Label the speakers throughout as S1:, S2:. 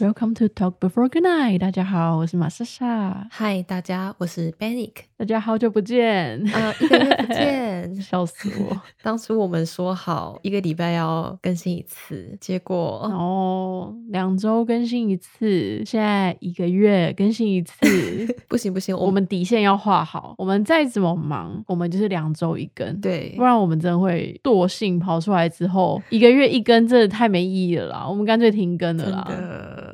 S1: Welcome to Talk Before Good Night。大家好，我是马莎莎。
S2: 嗨，大家，我是 Benic，
S1: 大家好久不见，
S2: 呃，一个月 不见。
S1: 笑死我！
S2: 当初我们说好一个礼拜要更新一次，结果
S1: 然后两周更新一次，现在一个月更新一次。
S2: 不行不行，
S1: 我们底线要画好，我们再怎么忙，我们就是两周一更。
S2: 对
S1: 不然我们真的会惰性跑出来之后，一个月一更真的太没意义了啦，我们干脆停更了
S2: 真
S1: 啦。
S2: 的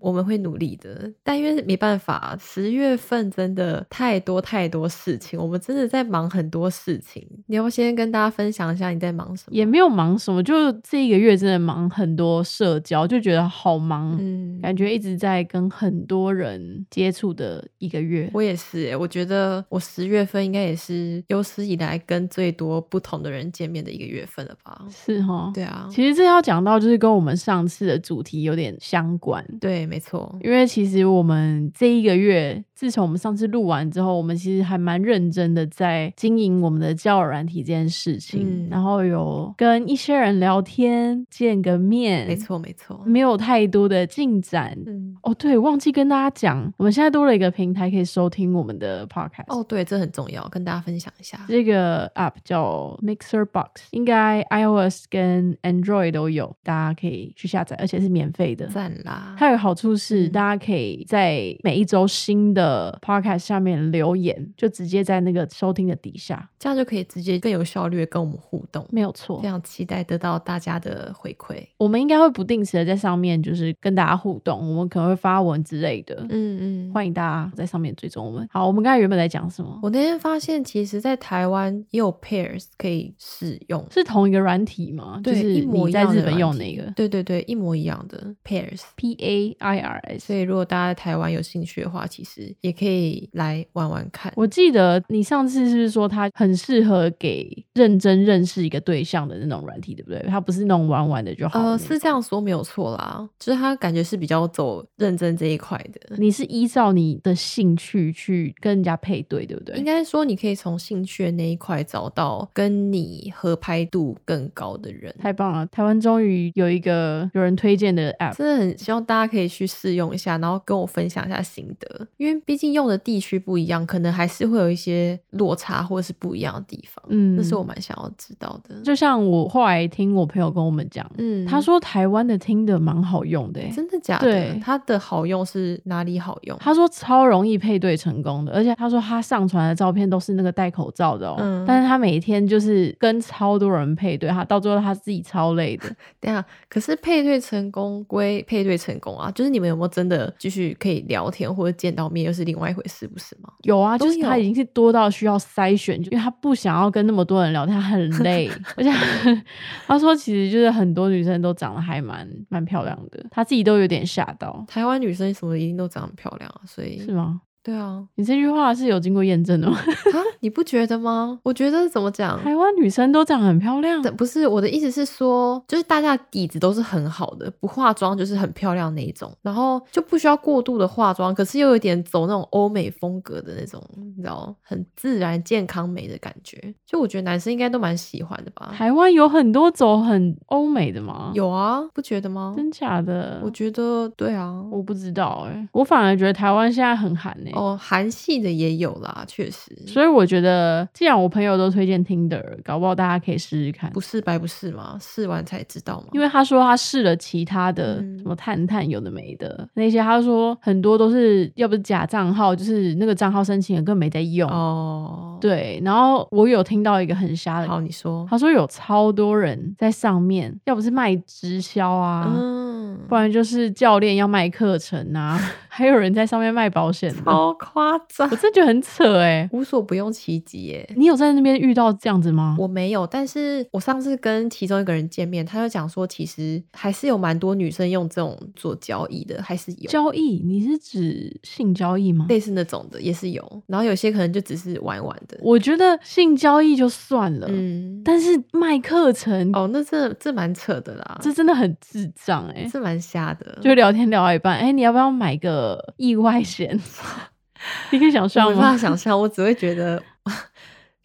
S2: 我们会努力的，但因为没办法，十月份真的太多太多事情，我们真的在忙很多事情。你要不先跟大家分享一下你在忙什么？
S1: 也没有忙什么，就这一个月真的忙很多社交，就觉得好忙，
S2: 嗯，
S1: 感觉一直在跟很多人接触的一个月。
S2: 我也是、欸，我觉得我十月份应该也是有史以来跟最多不同的人见面的一个月份了吧？
S1: 是哈，
S2: 对啊，
S1: 其实这要讲到就是跟我们上次的主题有点相关，
S2: 对，没错，
S1: 因为其实我们这一个月，自从我们上次录完之后，我们其实还蛮认真的在经营我们的交友软体这件事情，
S2: 嗯
S1: 然后有跟一些人聊天，见个面，
S2: 没，错，没错。
S1: 没有太多的进展。
S2: 嗯，
S1: 哦，对，忘记跟大家讲，我们现在多了一个平台可以收听我们的 podcast。
S2: 哦，对，这很重要，跟大家分享一下。
S1: 这个 app 叫 Mixer Box，应该 iOS 跟 Android 都有，大家可以去下载，而且是免费的。
S2: 赞啦！
S1: 它有好处是，
S2: 嗯
S1: 大家可以在每一周新的 podcast 下面留言，就直接在那个收听的底下，
S2: 这样就可以直接更有效率地跟我们互动，
S1: 没有错
S2: 非。常期待得到大家的回馈。
S1: 我们应该会不定时的在上面就是跟大家互动，我们可能会发文之类的，
S2: 嗯嗯，
S1: 欢迎大家在上面追踪我们。好，我们刚才原本在讲什么？
S2: 我那天发现，其实，在台湾也有 Pairs 可以使用，
S1: 是同一个软体吗？
S2: 对，
S1: 就是
S2: 一模
S1: 你
S2: 一
S1: 在
S2: 样的
S1: 日本
S2: 软
S1: 用
S2: 体
S1: 那个
S2: 对对对，一模一样
S1: 嗯
S2: 的 Pairs。
S1: P A I R S。
S2: 所以，如果大家在台湾有兴趣的话，其实也可以来玩玩看。
S1: 我记得你上次是不是说它很适合给认真认识一个对象的那种软体，对不对？它不是那种玩玩的就好。
S2: 呃，是这。样说没有错啦，就是他感觉是比较走认真这一块的。
S1: 你是依照你的兴趣去跟人家配对，对不对？
S2: 应该说，你可以从兴趣的那一块找到跟你合拍度更高的人。
S1: 太棒了！台湾终于有一个有人推荐的 app，
S2: 真的很希望大家可以去试用一下，然后跟我分享一下心得，因为毕竟用的地区不一样，可能还是会有一些落差或者是不一样的地方。
S1: 嗯
S2: 那是我蛮想要知道的。
S1: 就像我后来听我朋友跟我们讲，
S2: 嗯
S1: 他说台湾的听的蛮好用的、欸，
S2: 真的假
S1: 对
S2: 的？它的好用是哪里好用？
S1: 他说超容易配对成功的，而且他说他上传的照片都是那个戴口罩的哦、
S2: 嗯
S1: 但是他每天就是跟超多人配对，他到最后他自己超累的。
S2: 等一下，可是配对成功归配对成功啊，就是你们有没有真的继续可以聊天或者见到面，又是另外一回事，不是吗？
S1: 有啊，就
S2: 都
S1: 是他
S2: 有
S1: 已经是多到需要筛选，就因为他不想要跟那么多人聊天，他很 累，而且他他说其实就是很多女生都长得还蛮蛮漂亮的，他自己都有点吓到，
S2: 台湾女生什么一定都长得很漂亮啊，所以
S1: 是吗？
S2: 对啊
S1: 你这句话是有经过验证的吗？
S2: 啊，你不觉得吗？ 我觉得怎么讲？
S1: 台湾女生都长得很漂亮，
S2: 不是我的意思是说，就是大家底子都是很好的，不化妆就是很漂亮那一种，然后就不需要过度的化妆，可是又有点走那种欧美风格的那种，你知道，很自然健康美的感觉。就我觉得男生应该都蛮喜欢的吧？
S1: 台湾有很多走很欧美的吗？，
S2: 有啊，不觉得吗？
S1: 真假的？
S2: 我觉得对啊，
S1: 我不知道哎、我反而觉得台湾现在很韩哎、
S2: 哦，韩系的也有啦，确实
S1: 所以我觉得既然我朋友都推荐 Tinder，搞不好大家可以试试看
S2: 不。是白不是嘛，试完才知道嘛。
S1: 因为他说他试了其他的
S2: 嗯
S1: 什么探探有的没的、那些，他说很多都是要不是假账号，就是那个账号申请人根本没在用。
S2: 哦，，
S1: 对，然后我有听到一个很瞎的，
S2: 好，你说，
S1: 他说有超多人在上面，要不是卖直销啊。
S2: 嗯
S1: 不，然就是教练要卖课程啊， 还有人在上面卖保险的，
S2: 超夸张
S1: 我，真的觉得很扯哎、
S2: 无所不用其极耶。
S1: 你有在那边遇到这样子吗？
S2: 我没有，但是我上次跟其中一个人见面，他就讲说，其实还是有蛮多女生用这种做交易的，还是有
S1: 交易，你是指性交易吗？
S2: 类似那种的，也是有。然后有些可能就只是玩玩的，
S1: 我觉得性交易就算了，
S2: 嗯，
S1: 但是卖课程，
S2: 哦，那这这蛮扯的啦，
S1: 这真的很智障哎、
S2: 这蛮瞎的，
S1: 就聊天聊到一半，哎、你要不要买个意外险？ 你可以想
S2: 我
S1: 象
S2: 没办法
S1: 吗？
S2: 想象，我只会觉得，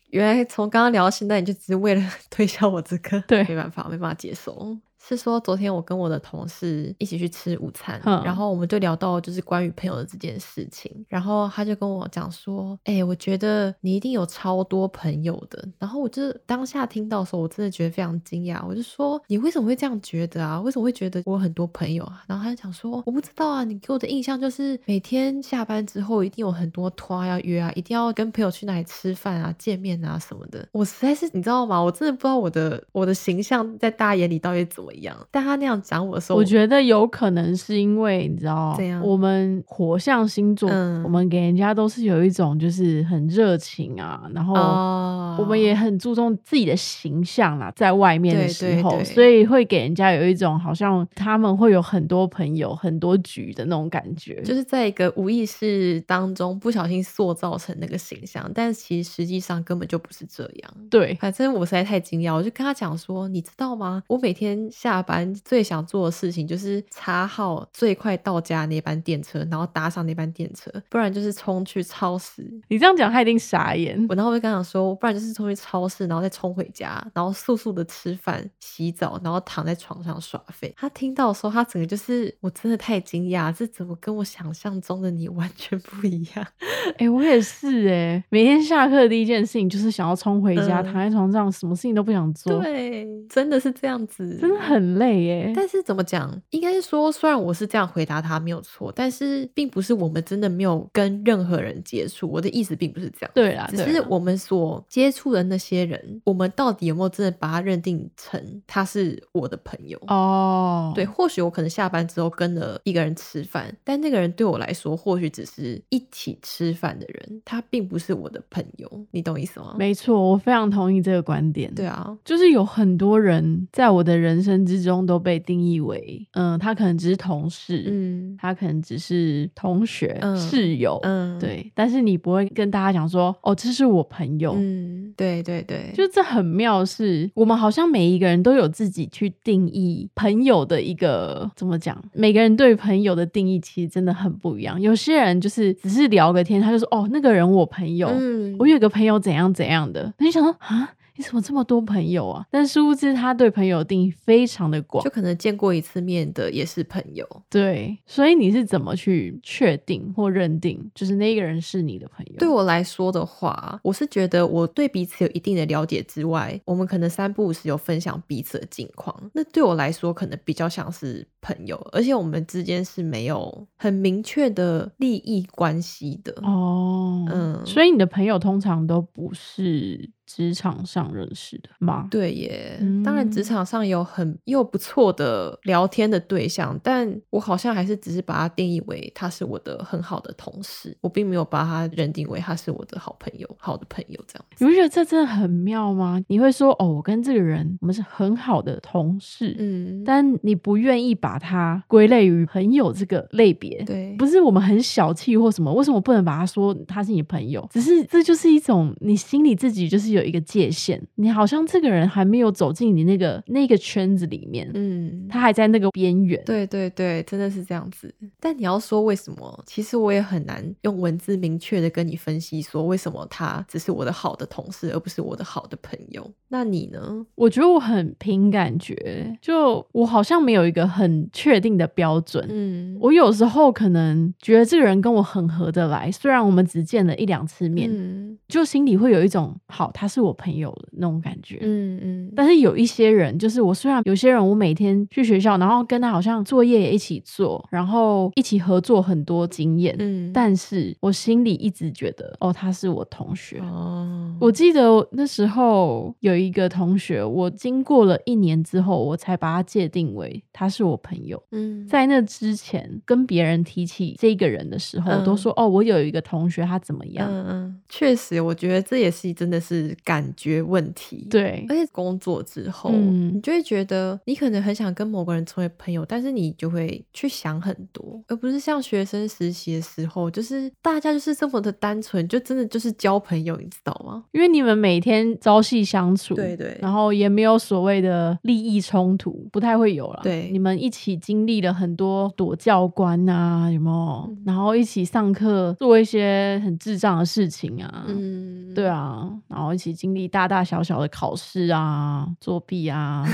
S2: 原来从刚刚聊到现在，你就只是为了 推销我这个，
S1: 对
S2: 没办法，没办法接受。是说昨天我跟我的同事一起去吃午餐，
S1: 嗯
S2: 然后我们就聊到就是关于朋友的这件事情，然后他就跟我讲说，哎、我觉得你一定有超多朋友的。然后我就是当下听到的时候，我真的觉得非常惊讶，我就说你为什么会这样觉得啊？为什么会觉得我有很多朋友啊？然后他就讲说，我不知道啊，你给我的印象就是每天下班之后一定有很多拖要约啊，一定要跟朋友去哪里吃饭啊、见面啊什么的。我实在是你知道吗？我真的不知道我的我的形象在大家眼里到底怎么样。但他那样讲我的时候，
S1: 我觉得有可能是因为你知道
S2: 怎样，
S1: 我们火象星座，
S2: 嗯
S1: 我们给人家都是有一种就是很热情啊，然后
S2: 哦
S1: 我们也很注重自己的形象啦，在外面的
S2: 对
S1: 时
S2: 对
S1: 候，
S2: 对
S1: 所以会给人家有一种好像他们会有很多朋友、很多局的那种感觉。
S2: 就是在一个无意识当中不小心塑造成那个形象，但其实实际上根本就不是这样。
S1: 对，
S2: 反正我实在太惊讶，我就跟他讲说，你知道吗？我每天下班最想做的事情就是查好最快到家那班电车，然后搭上那班电车，不然就是冲去超市。
S1: 你这样讲，他一定傻眼。
S2: 我然后我就跟他讲说，不然就是冲去超市，然后再冲回家，然后速速的吃饭、洗澡，然后躺在床上耍废。他听到的时候，他整个就是我真的太惊讶，这怎么跟我想象中的你完全不一样？
S1: 哎、我也是哎、每天下课的第一件事情就是想要冲回家，
S2: 嗯
S1: 躺在床上，什么事情都不想做，
S2: 对，真的是这样子，
S1: 真的很累哎、
S2: 但是怎么讲？应该是说，虽然我是这样回答他没有错，但是并不是我们真的没有跟任何人接触。我的意思并不是这样，
S1: 对啦
S2: 只
S1: 啊对
S2: 是
S1: 啦
S2: 我们所接触的那些人，我们到底有没有真的把他认定成他是我的朋友？
S1: 哦，
S2: 对，，或许我可能下班之后跟了一个人吃饭，但那个人对我来说，或许只是一起吃饭的人，他并不是我的朋友，你懂意思吗？
S1: 没错，我非常同意这个观点。
S2: 对啊，
S1: 就是有很多人在我的人生之中都被定义为，嗯、他可能只是同事，
S2: 嗯
S1: 他可能只是同学、
S2: 嗯
S1: 室友，
S2: 嗯，，
S1: 对，但是你不会跟大家讲说，哦，这是我朋友。
S2: 嗯，对对对，
S1: 就这很妙是，我们好像每一个人都有自己去定义朋友的一个怎么讲？每个人对朋友的定义其实真的很不一样。有些人就是只是聊个天，他就说哦，那个人我朋友，
S2: 嗯
S1: 我有个朋友怎样怎样的，你就想说啊，你怎么这么多朋友啊？但殊不知他对朋友的定义非常的广
S2: 就，可能见过一次面的也是朋友。
S1: 对，所以你是怎么去确定或认定，就是那个人是你的朋友？
S2: 对我来说的话，我是觉得我对彼此有一定的了解之外，我们可能三不五时有分享彼此的近况，那对我来说可能比较像是朋友，而且我们之间是没有很明确的利益关系的。
S1: 哦，
S2: 嗯
S1: 所以你的朋友通常都不是职场上认识的吗？
S2: 对耶，当然职
S1: 嗯
S2: 场上有很又不错的聊天的对象，但我好像还是只是把他定义为他是我的很好的同事，我并没有把他认定为他是我的好朋友、好的朋友这样
S1: 你
S2: 子。
S1: 不觉得这真的很妙吗？你会说哦，我跟这个人我们是很好的同事，
S2: 嗯，
S1: 但你不愿意把它归类于朋友这个类别。
S2: 对，
S1: 不是我们很小气或什么，为什么不能把他说他是你朋友？只是这就是一种你心里自己就是有一个界限，你好像这个人还没有走进你那个那个圈子里面，
S2: 嗯，
S1: 他还在那个边缘。
S2: 对对对，真的是这样子。但你要说为什么，其实我也很难用文字明确的跟你分析说为什么他只是我的好的同事，而不是我的好的朋友。那你呢？
S1: 我觉得我很凭感觉，就我好像没有一个很确定的标准。
S2: 嗯，
S1: 我有时候可能觉得这个人跟我很合得来，虽然我们只见了一两次面，
S2: 嗯
S1: 就心里会有一种好，他是我朋友的那种感觉。
S2: 嗯嗯，
S1: 但是有一些人，就是我虽然有些人，我每天去学校，然后跟他好像作业也一起做，然后一起合作很多经验，
S2: 嗯
S1: 但是我心里一直觉得，哦，他是我同学。
S2: 哦，
S1: 我记得我那时候有一个同学，我经过了一年之后，我才把他界定为他是我朋友。
S2: 嗯
S1: 在那之前，跟别人提起这个人的时候，
S2: 嗯
S1: 我都说哦，我有一个同学，他怎么样？
S2: 嗯嗯，确实，我觉得这也是真的是感觉问题。。
S1: 对
S2: 而，且工作之后，
S1: 嗯
S2: 你就会觉得你可能很想跟某个人成为朋友，但是你就会去想很多，而不是像学生实习的时候，就是大家就是这么的单纯，就真的就是交朋友，你知道吗？嗯
S1: 因为你们每天朝夕相处，
S2: 对
S1: 然后也没有所谓的利益冲突，不太会有啦。
S2: 对
S1: 你们一起经历了很多躲教官啊，有没有？
S2: 嗯
S1: 然后一起上课做一些很智障的事情啊，
S2: 嗯，
S1: 对，啊，然后一 起经历大大小小的考试啊、作弊啊，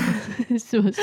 S1: 是不是？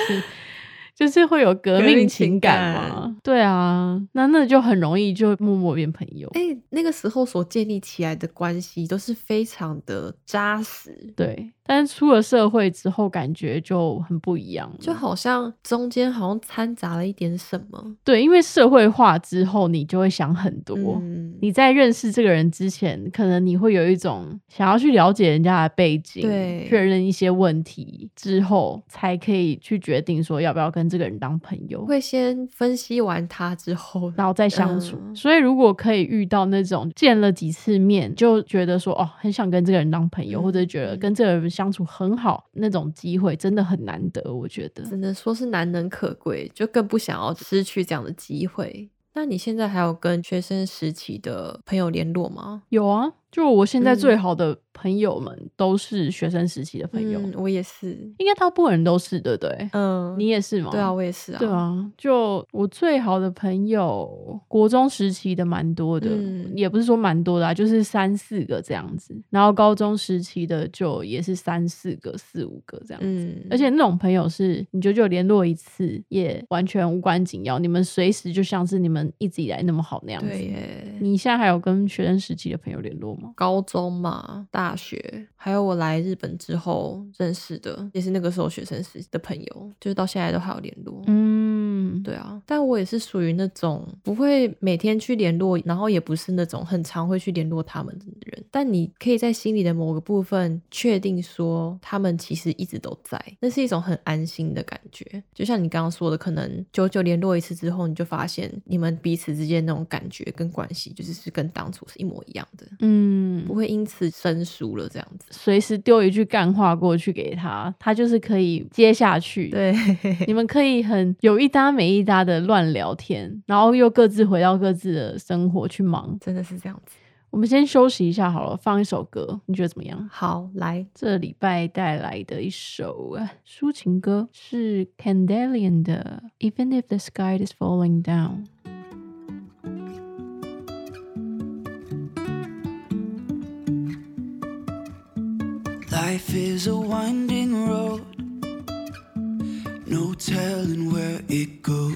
S1: 就是会有革
S2: 革
S1: 命
S2: 命
S1: 情
S2: 情
S1: 感
S2: 感
S1: 嘛。对啊，那那就很容易就默默变朋友。
S2: 哎、那个时候所建立起来的关系都是非常的扎实，
S1: 对，但是出了社会之后，感觉就很不一样了，
S2: 就好像中间好像掺杂了一点什么。
S1: 对，因为社会化之后，你就会想很多。
S2: 嗯，
S1: 你在认识这个人之前，可能你会有一种想要去了解人家的背景，
S2: 对
S1: 确认一些问题之后，才可以去决定说要不要跟这个人当朋友，
S2: 会先分析完他之后，
S1: 然后再相处。
S2: 嗯
S1: 所以，如果可以遇到那种见了几次面就觉得说哦，很想跟这个人当朋友，
S2: 嗯
S1: 或者觉得
S2: 嗯
S1: 跟这个人相处很好，那种机会真的很难得，我觉得。
S2: 只能说是难能可贵，就更不想要失去这样的机会。那你现在还有跟学生时期的朋友联络吗？
S1: 有啊，就我现在
S2: 嗯
S1: 最好的朋友们都是学生时期的朋友，
S2: 嗯，我也是。
S1: 应该大部分人都是，对不对？
S2: 嗯，
S1: 你也是吗？
S2: 对啊，我也是啊。
S1: 对，啊，就我最好的朋友，国中时期的蛮多的，
S2: 嗯
S1: 也不是说蛮多的、啊，就是三四个这样子。然后高中时期的就也是三四个、四五个这样子。
S2: 嗯，
S1: 而且那种朋友是你久久联络一次，也完全无关紧要，你们随时就像是你们一直以来那么好那样子。
S2: 对耶，
S1: 你现在还有跟学生时期的朋友联络吗？
S2: 高中嘛，大学，还有我来日本之后认识的，也是那个时候学生时期的朋友，就是到现在都还有联络。
S1: 嗯，
S2: 对啊，但我也是属于那种不会每天去联络，然后也不是那种很常会去联络他们的人。但你可以在心里的某个部分确定说，他们其实一直都在，那是一种很安心的感觉。就像你刚刚说的，可能久久联络一次之后，你就发现你们彼此之间那种感觉跟关系，就是是跟当初是一模一样的，
S1: 嗯
S2: 不，会因此生疏了这样子。
S1: 随时丢一句干话过去给他，他就是可以接下去。
S2: 对，
S1: 你们可以很有一搭没一搭的乱聊天，然后又各自回到各自的生活去忙。
S2: 真的是这样子。
S1: 我们先休息一下好了，放一首歌，你觉得怎么样？
S2: 好，来，
S1: 这礼拜带来的一首啊抒情歌是 Candelian 的《Even If the Sky Is Falling Down》。
S3: Life is a winding road, no telling where it goes.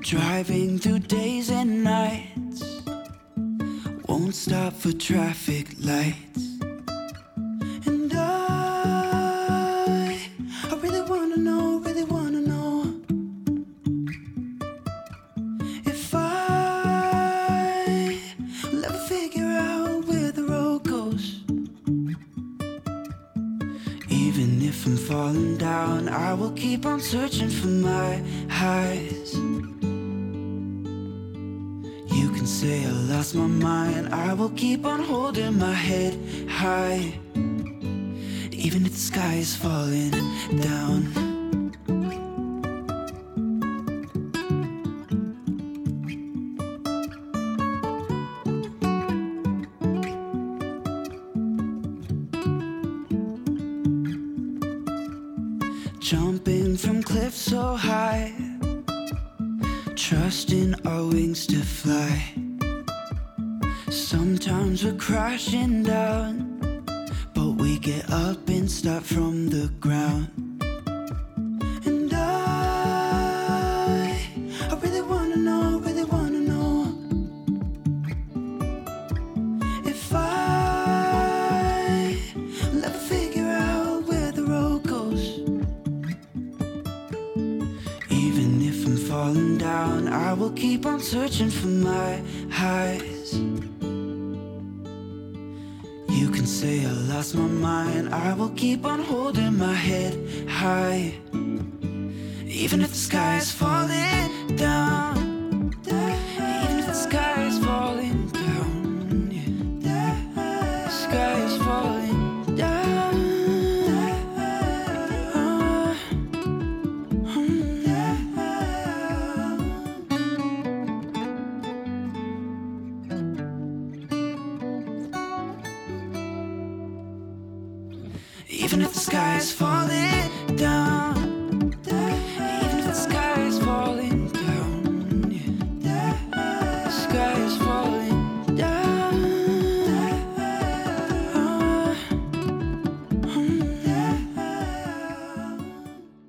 S3: Driving through days and nights, won't stop for traffic lights. And I, I really wanna know, really wanna know. If I will ever figure out where the road goes. Even if I'm falling down, I will keep on searching for my highs. You can say I lost my mind, I will keep on holding my head high. Even if the sky is falling down. Jumping from cliffs so high, trusting our wings to fly. Sometimes we're crashing down, but we get up and start from the ground. And I, I really wanna know, really wanna know. If I will ever figure out where the road goes. Even if I'm falling down, I will keep on searching for my highs. You can say I lost my mind, I will keep on holding my head high. Even if the sky is falling down. Even if the sky is falling down. yeah. Sky is falling down. Even if the sky is falling down, even if the sky is falling down, yeah. sky is falling down. Mm, yeah.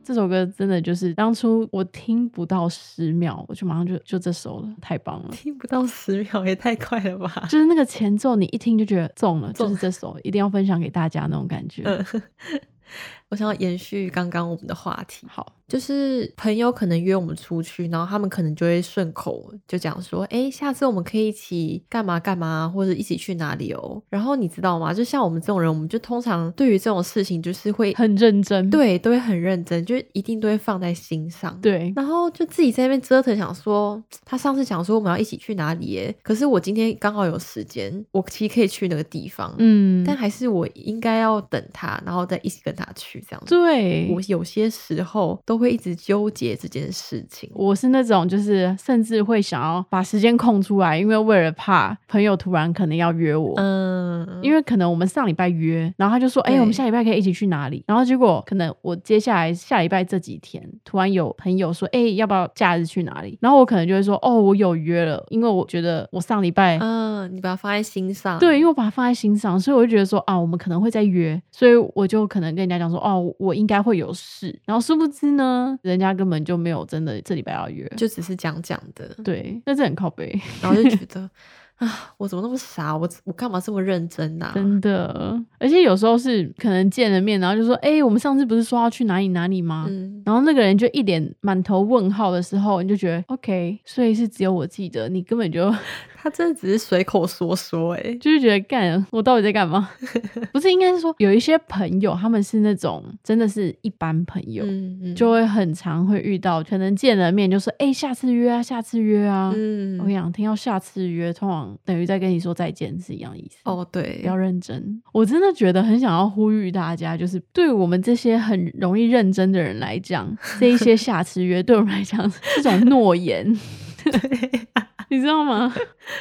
S1: 这这首歌真的就是当初我听不到十秒，我就马上就就这首了，太棒了。
S2: 听不到十秒也太快了吧？
S1: 就是那个前奏，你一听就觉得中了，
S2: 中
S1: 就是这首一定要分享给大家那种感觉。
S2: 嗯，我想要延续刚刚我们的话题，
S1: 好，
S2: 就是朋友可能约我们出去，然后他们可能就会顺口就讲说，哎、下次我们可以一起干嘛干嘛，或者一起去哪里哦。然后你知道吗？就像我们这种人，我们就通常对于这种事情就是会
S1: 很认真。
S2: 对都会很认真，就一定都会放在心上。
S1: 对，
S2: 然后就自己在那边折腾，想说他上次讲说我们要一起去哪里耶，可是我今天刚好有时间，我其实可以去那个地方，
S1: 嗯，
S2: 但还是我应该要等他，然后再一起跟他去这样子。
S1: 对，
S2: 我有些时候都会一直纠结这件事情。
S1: 我是那种就是甚至会想要把时间空出来，因为为了怕朋友突然可能要约我。
S2: 嗯，
S1: 因
S2: 为
S1: 为可能我们上礼拜约，然后他就说：“哎、
S2: 对
S1: 我们下礼拜可以一起去哪里？”然后结果可能我接下来下礼拜这几天，突然有朋友说：“哎、要不要假日去哪里？”然后我可能就会说：“哦，我有约了，因为我觉得我上礼拜、
S2: 嗯，你把它放在心上。
S1: 对，因为我把它放在心上，所以我就觉得说啊，我们可能会再约，所以我就可能跟人家讲说哦，我应该会有事。然后殊不知呢，人家根本就没有真的这礼拜要约，
S2: 就只是讲讲的，
S1: 对，那这很靠背，
S2: 然后就觉得啊，我怎么那么傻？我我干嘛这么认真啊呐、
S1: 真的。而且有时候是可能见了面，然后就说，哎、我们上次不是说要去哪里哪里吗？
S2: 嗯，
S1: 然后那个人就一脸满头问号的时候，你就觉得 OK，所以是只有我记得，你根本就，
S2: 他真的只是随口说说、欸，哎
S1: 就是觉得干，我到底在干嘛？ 不是，应该是说有一些朋友，他们是那种真的是一般朋友，
S2: 嗯嗯
S1: 就会很常会遇到，可能见了面就说：“哎、下次约啊，下次约啊。
S2: 嗯
S1: 我跟你讲，听到下次约，通常等于在跟你说再见是一样的意思。
S2: 哦，对
S1: 不，要认真，我真的觉得很想要呼吁大家，就是对我们这些很容易认真的人来 讲，这一些下次约对我们来讲是种诺 言。你知道吗？
S2: 啊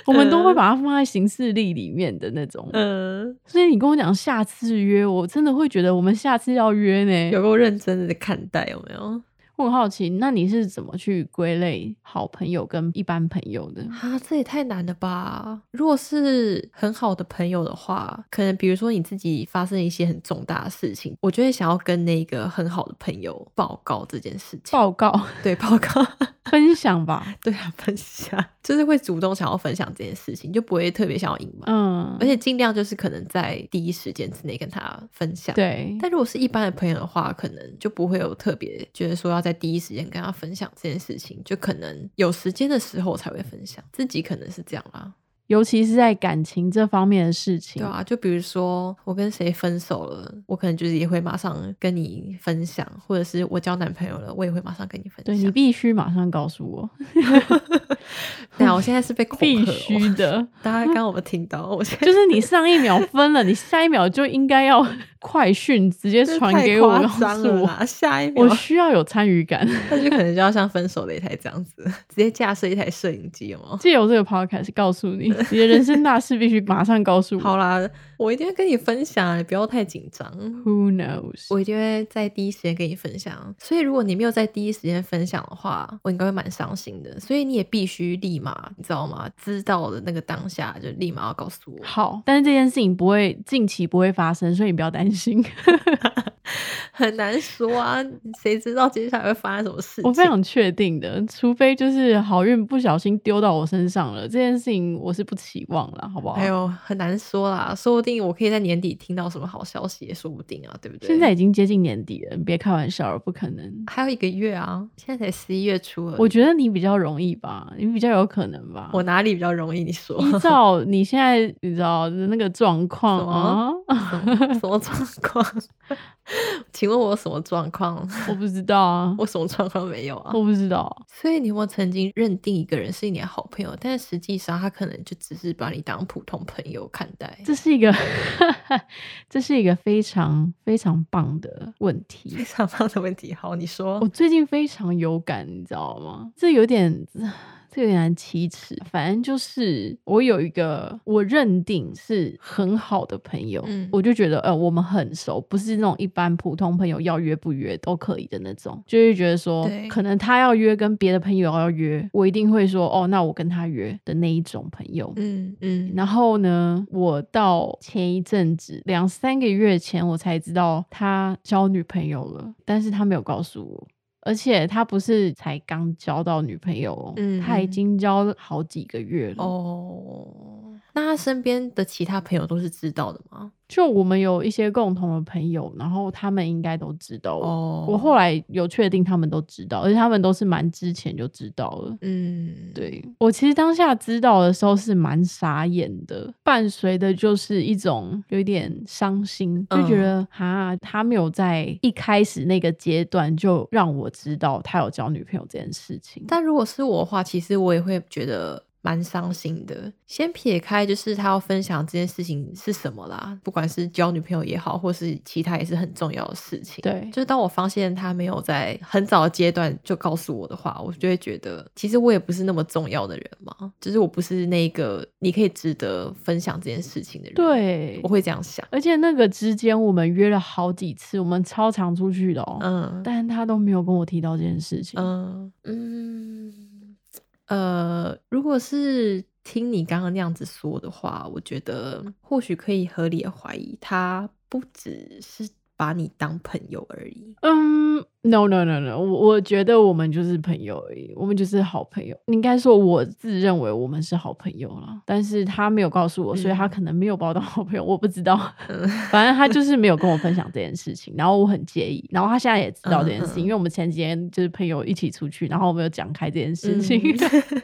S1: 我们都会把它放在行事历里面的那种，
S2: 嗯，
S1: 所以你跟我讲下次约，我真的会觉得我们下次要约呢。
S2: 有够认真的看待，有没有？
S1: 我很好奇，那你是怎么去归类好朋友跟一般朋友的？
S2: 啊，这也太难了吧！如果是很好的朋友的话，可能比如说你自己发生一些很重大的事情，我就会想要跟那个很好的朋友报告这件事情。
S1: 报告
S2: 对，报告，
S1: 分享吧。
S2: 对啊，分享，就是会主动想要分享这件事情，就不会特别想要隐瞒，
S1: 嗯
S2: 而，且尽量就是可能在第一时间之内跟他分享。
S1: 对，
S2: 但如果是一般的朋友的话，可能就不会有特别觉得说要在第一时间跟他分享这件事情，就可能有时间的时候才会分享。自己可能是这样啦，
S1: 尤其是在感情这方面的事情，
S2: 对啊，就比如说我跟谁分手了，我可能就是也会马上跟你分享，或者是我交男朋友了，我也会马上跟你分
S1: 对你
S2: 享。
S1: 必须马上告诉我，
S2: 对啊，我现在是被恐
S1: 必
S2: 吓哦
S1: 须，的，
S2: 大家刚刚有没有听到？我现在
S1: 就是你上一秒分了，你下一秒就应该要 快讯直接
S2: 这
S1: 传
S2: 太
S1: 给我，
S2: 夸
S1: 告
S2: 张
S1: 诉
S2: 了
S1: 我，
S2: 啦，啊下一秒
S1: 我需要有参与感。
S2: 他就可能就要像分手擂台这样子， 直接架设一台摄影机，有没有？
S1: 借由这个 podcast 告诉 你，你的人生大事必须马上告诉我。
S2: 好啦，我一定会跟你分享，啊你不要太紧张。
S1: Who knows？
S2: 我一定会在第一时间跟你分享，所以如果你没有在第一时间分享的话，我应该会蛮伤心的。所以你也必须立马，你知道吗？知道的那个当下就立马要告诉我。
S1: 好，但是这件事情不会近期不会发生，所以你不要担 心。
S2: 很难说啊，谁知道接下来会发生什么事情？
S1: 我非常确定的，除非就是好运不小心丢到我身上了，这件事情我是不期望了，好不好？
S2: 还有哎很难说啦，说不定我可以在年底听到什么好消息，也说不定啊，对不对？
S1: 现在已经接近年底了，你别开玩笑了，不可能。
S2: 还有一个月啊，现在才十一月初而已
S1: 我觉得你比较容易吧，你比较有可能吧。
S2: 我哪里比较容易？你说
S1: 依照你现在你知道的那个状况啊，
S2: 什么状况？ 请问我有什么状况？
S1: 我不知道啊，
S2: 我什么状况没有啊？
S1: 我不知道。
S2: 所以你有没有曾经认定一个人是你的好朋友，但实际上他可能就只是把你当普通朋友看待？
S1: 这是一个， 这是一个非常非常棒的问题。
S2: 非常棒的问题。好，你说
S1: 我最近非常有感，你知道吗？这有点 这有点难启齿。反正就是我有一个我认定是很好的朋友，
S2: 嗯
S1: 我就觉得呃我们很熟，不是那种一般普通朋友要约不约都可以的那种，就会觉得说
S2: 对
S1: 可能他要约跟别的朋友要约，我一定会说哦那我跟他约的那一种朋友。
S2: 嗯嗯，
S1: 然后呢，我到前一阵子两三个月前，我才知道他交女朋友了，但是他没有告诉我。而且他不是才刚交到女朋友哦，
S2: 嗯
S1: 他已
S2: 嗯
S1: 经交了好几个月了。
S2: 哦，那他身边的其他朋友都是知道的吗？
S1: 就我们有一些共同的朋友，然后他们应该都知道我。
S2: 哦，
S1: 我后来有确定他们都知道，而且他们都是蛮之前就知道了。
S2: 嗯，
S1: 对我其实当下知道的时候是蛮傻眼的，伴随的就是一种有一点伤心，就
S2: 嗯
S1: 觉得哈、他没有在一开始那个阶段就让我知道他有交女朋友这件事情。
S2: 但如果是我的话，其实我也会觉得蛮伤心的。先撇开就是他要分享这件事情是什么啦，不管是交女朋友也好，或是其他也是很重要的事情。
S1: 对
S2: 就是当我发现他没有在很早的阶段就告诉我的话，我就会觉得其实我也不是那么重要的人嘛，就是我不是那个你可以值得分享这件事情的人。，
S1: 对
S2: 我，会这样想。
S1: 而且那个之间我们约了好几次，我们超常出去的哦，
S2: 嗯
S1: 但他都没有跟我提到这件事情。
S2: 嗯嗯呃，如果是听你刚刚那样子说的话，我觉得或许可以合理的怀疑，他不只是把你当朋友而已。
S1: 嗯，no no no no，我我觉得我们就是朋友而已，我们就是好朋友。应该说我自认为我们是好朋友啦，但是他没有告诉我，所以他
S2: 嗯
S1: 可能没有把我当好朋友，我不知道。
S2: 嗯
S1: 反正他就是没有跟我分享这件事情，然后我很介意，然后他现在也知道这件事情，
S2: 嗯嗯
S1: 因为我们前几天就是朋友一起出去，然后我们有讲开这件事情，
S2: 嗯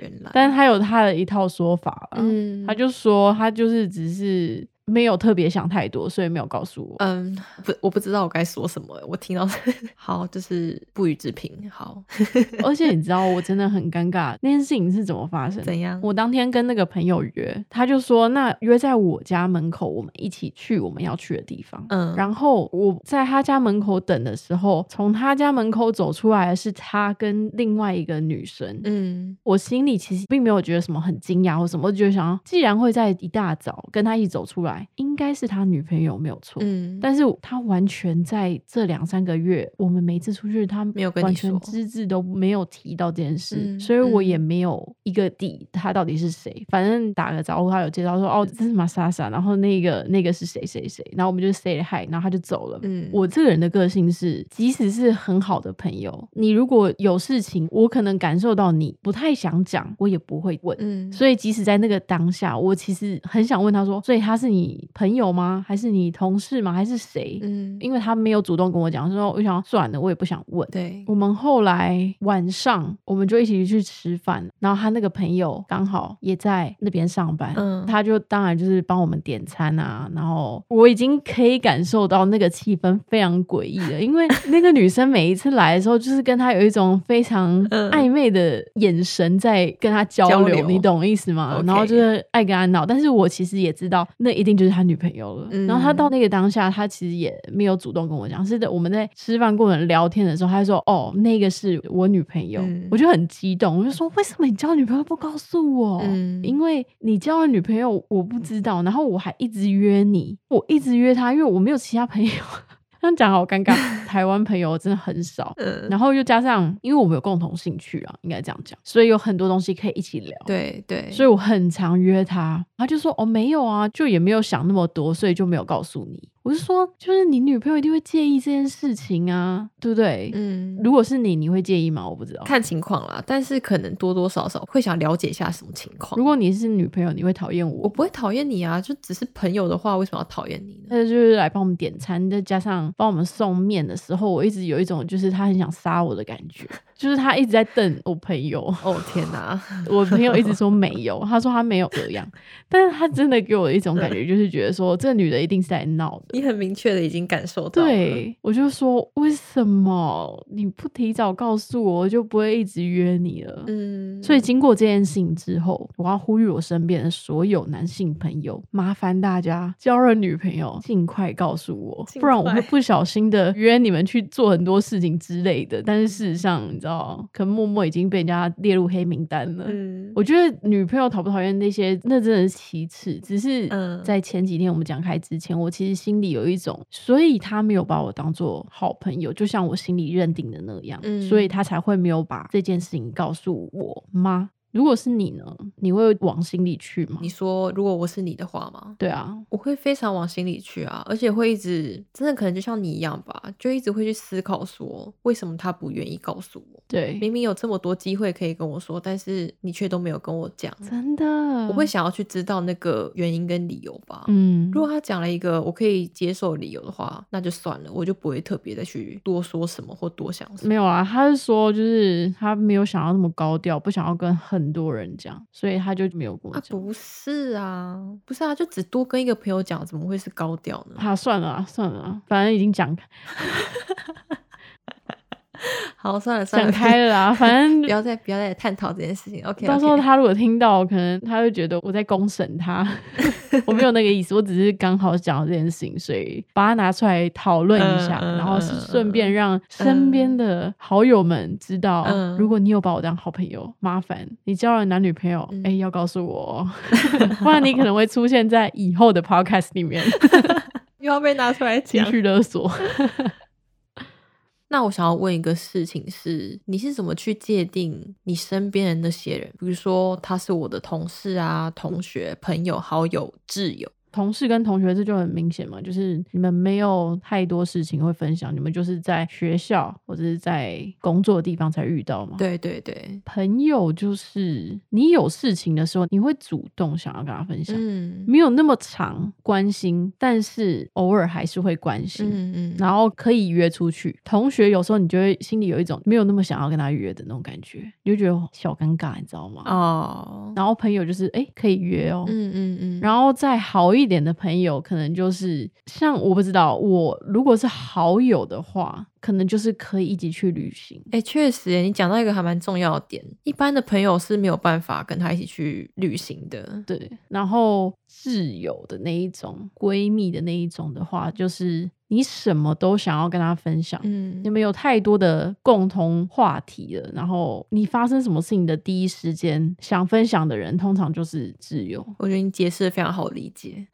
S2: 原来，
S1: 但是他有他的一套说法啦，
S2: 嗯
S1: 他就说他就是只是没有特别想太多，所以没有告诉我。
S2: 嗯，不，我不知道我该说什么。我听到 好，就是不予置评。好，
S1: 而且你知道，我真的很尴尬，那件事情是怎么发生的？
S2: 怎样？
S1: 我当天跟那个朋友约，他就说那约在我家门口，我们一起去我们要去的地方。
S2: 嗯
S1: 然后我在他家门口等的时候，从他家门口走出来的是他跟另外一个女生。
S2: 嗯
S1: 我心里其实并没有觉得什么很惊讶或什么，我就觉得想，既然会在一大早跟他一起走出来，应该是他女朋友没有错。
S2: 嗯，
S1: 但是他完全在这两三个月，我们每一次出去，他
S2: 没有跟你
S1: 完全
S2: 说
S1: 只字都没有提到这件事，
S2: 嗯
S1: 所以我也
S2: 嗯
S1: 没有一个底，他到底是谁。反正打个招呼，他有介绍说哦，这是玛莎莎，然后那个那个是谁谁谁，然后我们就 say hi，然后他就走了。
S2: 嗯
S1: 我这个人的个性是，即使是很好的朋友，你如果有事情，我可能感受到你不太想讲，我也不会问。
S2: 嗯，
S1: 所以即使在那个当下，我其实很想问他说，所以他是你朋友吗？还是你同事吗？还是谁？
S2: 嗯，
S1: 因为他没有主动跟我讲，所以我想算了，我也不想问。
S2: 对，
S1: 我们后来晚上我们就一起去吃饭，然后他那个朋友刚好也在那边上班，
S2: 嗯
S1: 他就当然就是帮我们点餐啊，然后我已经可以感受到那个气氛非常诡异了，因为那个女生每一次来的时候，就是跟他有一种非常
S2: 嗯
S1: 暧昧的眼神在跟他交流，
S2: 交流
S1: 你懂意思吗
S2: OK
S1: 然后就是爱跟他闹，但是我其实也知道那一定就是他女朋友了，
S2: 嗯
S1: 然后他到那个当下，他其实也没有主动跟我讲，是的，我们在吃饭过程聊天的时候，他就说：“哦，那个是我女朋友。
S2: 嗯
S1: 我就很激动，我就说：“为什么你交女朋友不告诉我？
S2: 嗯
S1: 因为你交了女朋友，我不知道，然后我还一直约你，我一直约她，因为我没有其他朋友。” 这样讲好尴尬，台湾朋友真的很少。
S2: 嗯，
S1: 然后又加上，因为我们有共同兴趣啊，应该这样讲，所以有很多东西可以一起聊。
S2: 对对，
S1: 所以我很常约他，他就说哦没有啊，就也没有想那么多，所以就没有告诉你。我就说，就是你女朋友一定会介意这件事情啊，对不对？
S2: 嗯，
S1: 如果是你，你会介意吗？我不知道。
S2: 看情况啦，但是可能多多少少会想了解一下什么情况。
S1: 如果你是女朋友，你会讨厌
S2: 我
S1: 我？
S2: 不会讨厌你啊，就只是朋友的话，为什么要讨厌你呢？
S1: 那就是来帮我们点餐，再加上帮我们送面的时候，我一直有一种就是他很想杀我的感觉，就是他一直在瞪我朋 友。
S2: 哦天哪，
S1: 我朋友一直说没有，他说他没有这样，但是他真的给我一种感觉，就是觉得说这女的一定是在闹的。
S2: 你很明确的已经感受到了，
S1: 对，我就说为什么你不提早告诉我，我就不会一直约你了。
S2: 嗯，
S1: 所以经过这件事情之后，我要呼吁我身边的所有男性朋友，麻烦大家交了女朋友尽快告诉我，
S2: 尽
S1: 不然我会
S2: 快
S1: 不小心的约你们去做很多事情之类的。但是事实上，你知道，可能默默已经被人家列入黑名单了。
S2: 嗯，
S1: 我觉得女朋友讨不讨厌那些，那真的是其次。只是
S2: 嗯
S1: 在前几天我们讲开之前，我其实心里有一种，所以他没有把我当做好朋友，就像我心里认定的那样，
S2: 嗯
S1: 所以他才会没有把这件事情告诉我吗？如果是你呢，你会往心里去吗
S2: 你？说如果我是你的话吗？
S1: 对啊，
S2: 我会非常往心里去啊，而且会一直真的可能就像你一样吧，就一直会去思考说为什么他不愿意告诉我，
S1: 对，
S2: 明明有这么多机会可以跟我说，但是你却都没有跟我讲，
S1: 真的，
S2: 我会，想要去知道那个原因跟理由吧。
S1: 嗯，
S2: 如果他讲了一个我可以接受的理由的话，那就算了，我就不会特别再去多说什么或多想什么。
S1: 没有啊，他是说就是他没有想要那么高调，不想要跟很多人讲，所以他就没有跟我
S2: 啊，
S1: 讲。
S2: 不是啊，不是啊，就只多跟一个朋友讲，怎么会是高调呢？
S1: 啊，算了啊，算了啊，反正已经讲
S2: 好， 算了算
S1: 讲
S2: 了，
S1: 开了啦，反正
S2: 不要再不要再探讨这件事情。OK，
S1: 到时候他如果听到，可能他会觉得我在公审 他，我没有那个意思，我只是刚好讲到这件事情，所以把它拿出来讨论一下，
S2: 嗯嗯
S1: 然后是
S2: 嗯
S1: 顺便让身边的好友们知道，
S2: 嗯
S1: 如果你有把我当好朋友，麻烦你交了男女朋友，哎、
S2: 嗯
S1: 要告诉我哦， 不然你可能会出现在以后的 podcast 里 面，
S2: 又要被拿出来
S1: 情
S2: 讲。
S1: 绪勒索。
S2: 那我想要问一个事情是，你是怎么去界定你身边的那些人？比如说他是我的同事啊、同学、朋友、好友、挚友。
S1: 同事跟同学这就很明显嘛，就是你们没有太多事情会分享，你们就是在学校或者是在工作的地方才遇到嘛。，
S2: 对对对，
S1: 朋友就是你有事情的时候，你会主动想要跟他分享，
S2: 嗯
S1: 没有那么常关心，但是偶尔还是会关心。
S2: 嗯嗯，
S1: 然后可以约出去，同学有时候你就会心里有一种没有那么想要跟他约的那种感觉，你就觉得小尴尬，你知道吗？
S2: 哦，
S1: 然后朋友就是哎、诶可以约哦，
S2: 嗯嗯嗯，后
S1: 然后再好一点的朋友，可能就是像我不知道，我如果是好友的话，可能就是可以一起去旅行。
S2: 哎，确实耶，你讲到一个还蛮重要的点，一般的朋友是没有办法跟他一起去旅行的。
S1: 对，然后挚友的那一种、闺蜜的那一种的话，就是你什么都想要跟她分享，
S2: 嗯
S1: 你们有太多的共同话题了。然后你发生什么事情的第一时间想分享的人，通常就是挚友。
S2: 我觉得你解释的非常好理解。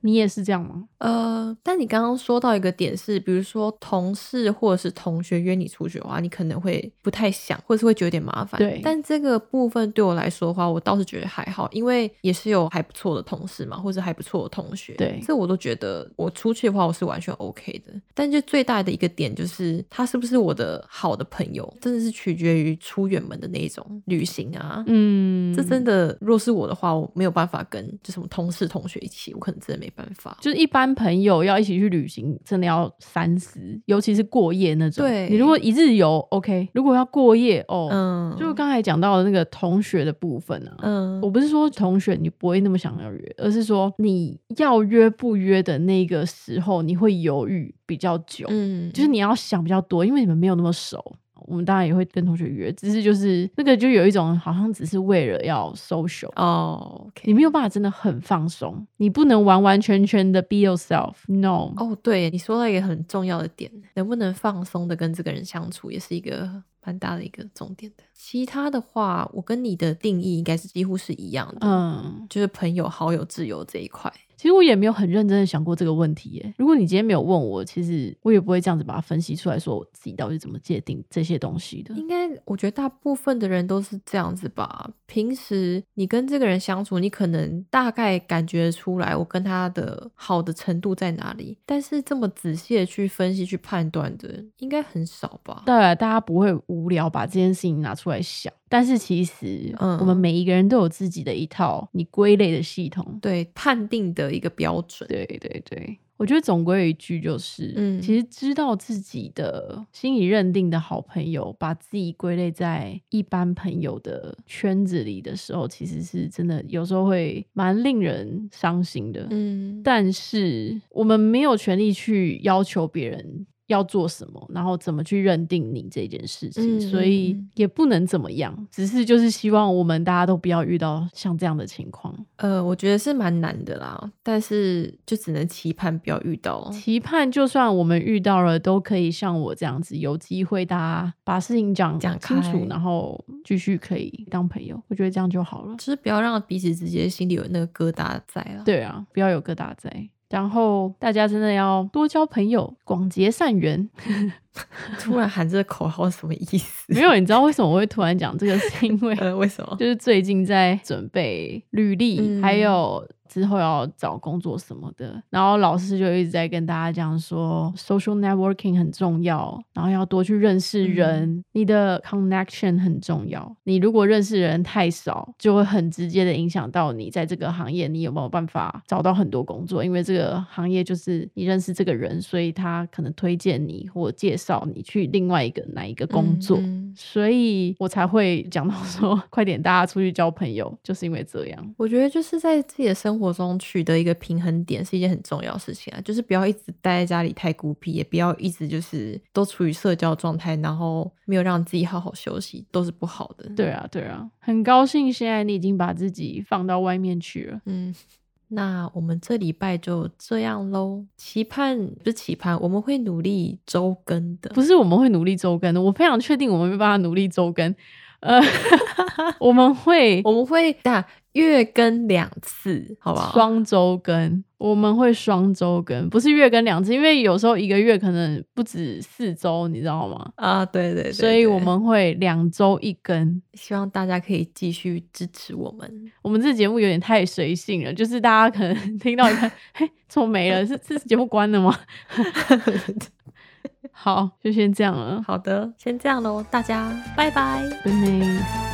S1: 你也是这样吗？
S2: 呃，但你刚刚说到一个点是，比如说同事或者是同学约你出去的话，你可能会不太想，或者是会觉得有点麻烦。
S1: 对
S2: 但这个部分对我来说的话，我倒是觉得还好，因为也是有还不错的同事嘛，或者还不错的同学。
S1: 对
S2: 这我都觉得我出去的话，我是完全 OK 的。但就最大的一个点就是，他是不是我的好的朋友，真的是取决于出远门的那一种旅行啊。
S1: 嗯
S2: 这真的，若是我的话，我没有办法跟就什么同事、同学一起，我可能真的没办法。
S1: 就是一般朋友要一起去旅行，真的要三思，尤其是过夜那种。
S2: 对
S1: 你如果一日游，OK；如果要过夜，哦，
S2: 嗯，
S1: 就刚才讲到的那个同学的部分啊。
S2: 嗯
S1: 我不是说同学你不会那么想要约，而是说你要约不约的那个时候，你会犹豫比较久，
S2: 嗯，
S1: 就是你要想比较多，因为你们没有那么熟。我们当然也会跟同学约，只是就是那个就有一种好像只是为了要 social，
S2: 哦，OK，
S1: 你没有办法真的很放松，你不能完完全全的 be yourself。No，、
S2: 哦，对你说到一个很重要的点，能不能放松的跟这个人相处，也是一个蛮大的一个重点的。其他的话，我跟你的定义应该是几乎是一样的，，
S1: 嗯，
S2: 就是朋友、好友、挚友这一块。
S1: 其实我也没有很认真的想过这个问题耶。如果你今天没有问我，其实我也不会这样子把它分析出来，说我自己到底怎么界定这些东西的。
S2: 应该我觉得大部分的人都是这样子吧。平时你跟这个人相处，你可能大概感觉出来我跟他的好的程度在哪里，但是这么仔细的去分析、去判断的，应该很少吧。
S1: 当然，大家不会无聊把这件事情拿出来想，但是其实，
S2: 嗯
S1: 我们每一个人都有自己的一套你归类的系统。
S2: 对判定的一个标准。
S1: 对对对，我觉得总归有一句就是，
S2: 嗯
S1: 其实知道自己的心里认定的好朋友，把自己归类在一般朋友的圈子里的时候，其实是真的有时候会蛮令人伤心的。
S2: 嗯，
S1: 但是我们没有权利去要求别人要做什么，然后怎么去认定你这件事情，
S2: 嗯
S1: 所以
S2: 嗯
S1: 也不能怎么样，只是就是希望我们大家都不要遇到像这样的情况。
S2: 呃，我觉得是蛮难的啦，但是就只能期盼不要遇到。
S1: 期盼就算我们遇到了，都可以像我这样子，有机会大家把事情讲
S2: 讲
S1: 清
S2: 开
S1: 楚，然后继续可以当朋友，我觉得这样就好了。
S2: 就是不要让彼此之间心里有那个疙瘩在啊。，
S1: 对啊，不要有疙瘩在。然后大家真的要多交朋友，广结善缘。
S2: 突然喊这个口号是什么意思？
S1: 没，有，你知道为什么我会突然讲这个？是因为
S2: 呃，为什么？
S1: 就是最近在准备履历，
S2: 嗯
S1: 还有之后要找工作什么的，然后老师就一直在跟大家讲说，social networking 很重要，然后要多去认识人，
S2: 嗯
S1: 你的 connection 很重要。你如果认识人太少，就会很直接的影响到你在这个行业你有没有办法找到很多工作，因为这个行业就是你认识这个人，所以他可能推荐你或介绍你去另外一个哪一个工作。
S2: 嗯嗯
S1: 所以我才会讲到说， 快点大家出去交朋友，就是因为这样。
S2: 我觉得就是在自己的生活中取得一个平衡点是一件很重要的事情啊，就是不要一直待在家里太孤僻，也不要一直就是都处于社交状态，然后没有让自己好好休息，都是不好的。，
S1: 对啊，对啊，很高兴现在你已经把自己放到外面去了。
S2: 嗯，那我们这礼拜就这样喽。期盼不是期盼，我们会努力周更的。
S1: 不是我们会努力周更的，我非常确定我们没办法努力周更。呃， 我们 会
S2: 我们会打月更两次，好不好？
S1: 双周更，我们会双周更，不是月更两次，因为有时候一个月可能不止四周，你知道吗？
S2: 啊，对对对
S1: 所以我
S2: 对
S1: 们会两周一更。
S2: 希望大家可以继续支持我们。
S1: 我们这节目有点太随性了，就是大家可能 听到一半，嘿，怎么没了？是是节目关了吗？ 好，就先这样了，
S2: 好的，先这样喽，大家拜拜。
S1: 拜拜。